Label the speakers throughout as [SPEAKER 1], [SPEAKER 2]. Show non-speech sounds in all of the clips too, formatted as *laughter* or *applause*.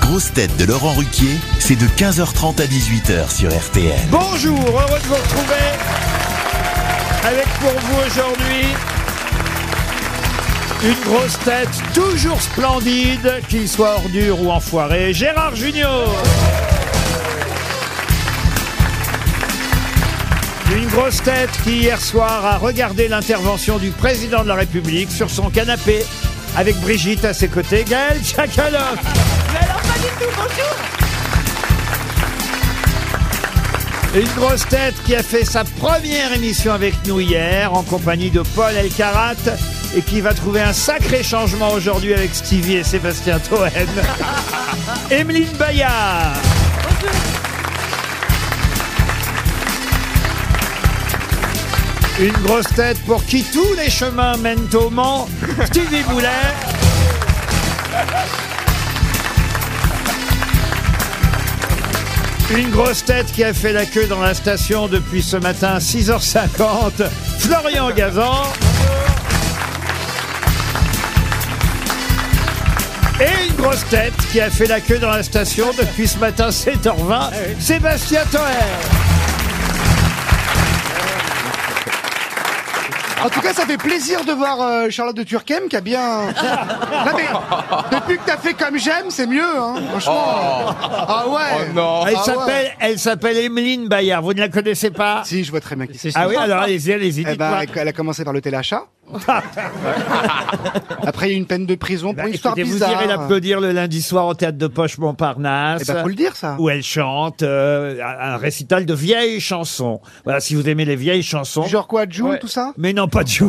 [SPEAKER 1] grosses têtes de Laurent Ruquier, c'est de 15h30 à 18h sur RTL.
[SPEAKER 2] Bonjour, heureux de vous retrouver avec pour vous aujourd'hui une grosse tête toujours splendide, qu'il soit ordure ou enfoiré, Gérard Junior. Une grosse tête qui hier soir a regardé l'intervention du président de la République sur son canapé avec Brigitte à ses côtés, Gaël Tchakaloff.
[SPEAKER 3] Mais alors pas du tout, bonjour
[SPEAKER 2] Une grosse tête qui a fait sa première émission avec nous hier en compagnie de Paul Elkarat et qui va trouver un sacré changement aujourd'hui avec Stevie et Sébastien Toen. Emeline Bayard. Une grosse tête pour qui tous les chemins mènent au Mans, Stevie Boulet. Une grosse tête qui a fait la queue dans la station depuis ce matin 6h50, Florian Gazan. Et une grosse tête qui a fait la queue dans la station depuis ce matin 7h20,
[SPEAKER 4] Ah
[SPEAKER 2] Sébastien Toer.
[SPEAKER 4] En tout cas, ça fait plaisir de voir euh, Charlotte de Turquem qui a
[SPEAKER 5] *laughs*
[SPEAKER 4] bien. Non, mais depuis que t'as fait comme j'aime, c'est mieux, hein, franchement. Ah ouais.
[SPEAKER 5] Oh. non.
[SPEAKER 2] Elle
[SPEAKER 4] Ah
[SPEAKER 2] s'appelle, elle s'appelle Emeline Bayard. Vous ne la connaissez pas
[SPEAKER 4] Si, je vois très bien qui c'est.
[SPEAKER 2] Ah oui, alors allez-y, allez-y.
[SPEAKER 4] Eh ben,
[SPEAKER 2] dites-moi.
[SPEAKER 4] elle- elle a commencé par
[SPEAKER 2] *laughs*
[SPEAKER 4] le téléachat. Après, il y a eu une peine de prison pour
[SPEAKER 2] Bah,
[SPEAKER 4] une histoire
[SPEAKER 2] écoutez,
[SPEAKER 4] bizarre. hein.
[SPEAKER 2] Vous irez l'applaudir le lundi soir au théâtre de Poche Montparnasse.
[SPEAKER 4] Eh ben, faut le dire, ça.
[SPEAKER 2] Où elle chante euh, un un récital de vieilles chansons. Voilà, si vous aimez les vieilles chansons.
[SPEAKER 4] Genre quoi, June, tout ça
[SPEAKER 2] Mais non, pas du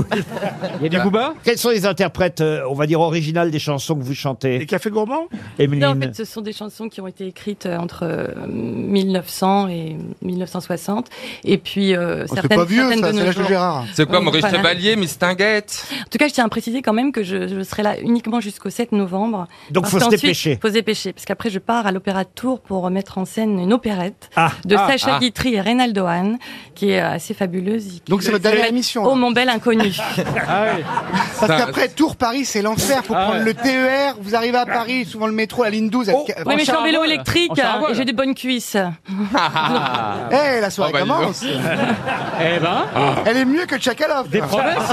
[SPEAKER 2] *laughs*
[SPEAKER 5] Il y a du Booba
[SPEAKER 2] Quels sont les interprètes, euh, on va dire, originales des chansons que vous chantez,
[SPEAKER 5] cafés gourmands
[SPEAKER 4] Oh,
[SPEAKER 2] Emeline
[SPEAKER 3] Non, en fait, ce sont des chansons qui ont été écrites euh, entre euh, 1900 et 1960. Et puis,
[SPEAKER 4] Oh,
[SPEAKER 3] euh,
[SPEAKER 4] C'est
[SPEAKER 3] certaines,
[SPEAKER 4] pas vieux,
[SPEAKER 3] certaines
[SPEAKER 4] ça,
[SPEAKER 3] de
[SPEAKER 4] c'est
[SPEAKER 3] nos
[SPEAKER 4] l'âge de
[SPEAKER 3] jours.
[SPEAKER 4] Gérard.
[SPEAKER 6] C'est quoi,
[SPEAKER 3] Oui,
[SPEAKER 6] Maurice
[SPEAKER 3] voilà.
[SPEAKER 6] Chevalier, Miss Tinguette
[SPEAKER 3] En tout cas, je tiens à préciser quand même que je, je serai là uniquement jusqu'au 7 novembre.
[SPEAKER 2] Donc,
[SPEAKER 3] Parce
[SPEAKER 2] faut se
[SPEAKER 3] qu'ensuite,
[SPEAKER 2] dépêcher.
[SPEAKER 3] Faut se dépêcher, parce qu'après, je pars à l'Opéra de Tours pour mettre en scène une opérette
[SPEAKER 2] Ah,
[SPEAKER 3] de
[SPEAKER 5] ah,
[SPEAKER 3] Sacha
[SPEAKER 6] ah.
[SPEAKER 3] Guitry et Reynaldo Hahn, qui est euh, assez fabuleuse.
[SPEAKER 4] Donc, c'est votre dernière émission, là.
[SPEAKER 3] Oh, mon bel
[SPEAKER 4] *laughs*
[SPEAKER 3] inconnu.
[SPEAKER 4] Parce
[SPEAKER 6] Ça-
[SPEAKER 4] qu'après, Tours, Paris, c'est l'enfer. Faut prendre le TER. Vous arrivez à Paris, souvent le métro, la ligne 12. elle-
[SPEAKER 5] Ah Oh,
[SPEAKER 3] Oui, mais je suis en
[SPEAKER 5] charavole.
[SPEAKER 3] vélo
[SPEAKER 5] En
[SPEAKER 3] électrique
[SPEAKER 5] charavole.
[SPEAKER 3] et j'ai des bonnes cuisses.
[SPEAKER 4] Eh, la soirée
[SPEAKER 6] Oh, bah, dis donc. *laughs*
[SPEAKER 4] commence.
[SPEAKER 5] Eh ben,
[SPEAKER 4] Elle est mieux que Tchakalov.
[SPEAKER 5] promesse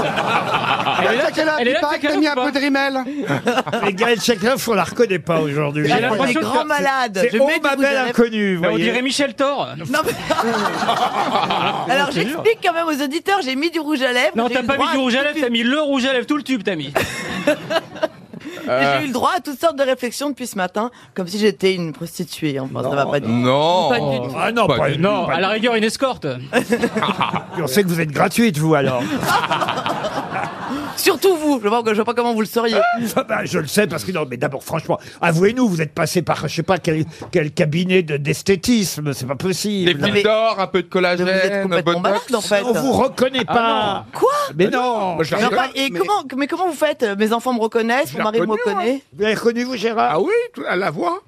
[SPEAKER 5] Elle est là,
[SPEAKER 4] Tchakalov,
[SPEAKER 5] elle est
[SPEAKER 4] il
[SPEAKER 5] là,
[SPEAKER 4] paraît que t'as
[SPEAKER 5] Tchakalov,
[SPEAKER 4] mis un
[SPEAKER 5] ou pas
[SPEAKER 4] peu de rimel.
[SPEAKER 2] mais Gaël Tchekloff, on la reconnaît pas aujourd'hui.
[SPEAKER 5] J'ai l'impression
[SPEAKER 7] Les
[SPEAKER 5] que-
[SPEAKER 7] grands malades.
[SPEAKER 2] C'est Oh ma belle inconnue, vous
[SPEAKER 5] On
[SPEAKER 2] voyez.
[SPEAKER 5] dirait Michel Thor.
[SPEAKER 7] Non, mais-
[SPEAKER 5] *laughs*
[SPEAKER 7] Alors j'explique quand même aux auditeurs, j'ai mis du rouge à lèvres.
[SPEAKER 5] Non,
[SPEAKER 7] j'ai eu
[SPEAKER 5] t'as
[SPEAKER 7] le
[SPEAKER 5] pas mis
[SPEAKER 7] droit
[SPEAKER 5] du
[SPEAKER 7] à
[SPEAKER 5] rouge à
[SPEAKER 7] tout-
[SPEAKER 5] lèvres, t'as mis le rouge à lèvres, tout le tube, t'as mis.
[SPEAKER 7] J'ai eu le droit à toutes sortes de réflexions depuis ce matin, comme si j'étais une prostituée. Enfin, ça va pas dire.
[SPEAKER 6] Non
[SPEAKER 3] Pas
[SPEAKER 7] Oh.
[SPEAKER 3] du tout.
[SPEAKER 2] Ah non,
[SPEAKER 6] Pas
[SPEAKER 2] pas
[SPEAKER 6] du-
[SPEAKER 2] du-
[SPEAKER 5] Non,
[SPEAKER 2] pas
[SPEAKER 5] Oh, à la rigueur, une escorte.
[SPEAKER 2] du- On sait que vous êtes gratuite, vous, alors. *laughs*
[SPEAKER 7] Surtout vous. Je vois, je vois pas comment vous le sauriez.
[SPEAKER 2] Ah bah, je le sais, parce que non, mais d'abord, franchement, avouez-nous, vous êtes passé par, je sais pas, quel, quel cabinet de- d'esthétisme, c'est pas
[SPEAKER 6] Des
[SPEAKER 2] possible.
[SPEAKER 7] Mais-
[SPEAKER 6] piles d'or, un peu de
[SPEAKER 7] Mais vous êtes
[SPEAKER 6] collagène,
[SPEAKER 7] complètement
[SPEAKER 6] botox.
[SPEAKER 7] malade en fait.
[SPEAKER 2] On vous reconnaît pas.
[SPEAKER 7] Quoi
[SPEAKER 2] mais non.
[SPEAKER 6] Moi, Ah je la
[SPEAKER 7] Mais,
[SPEAKER 6] reconnais.
[SPEAKER 7] enfin, et comment, mais comment vous faites Mes enfants me reconnaissent, mon mari me reconnaît.
[SPEAKER 2] Vous l'avez reconnu, vous, Gérard
[SPEAKER 6] Ah oui, tout- à la voix.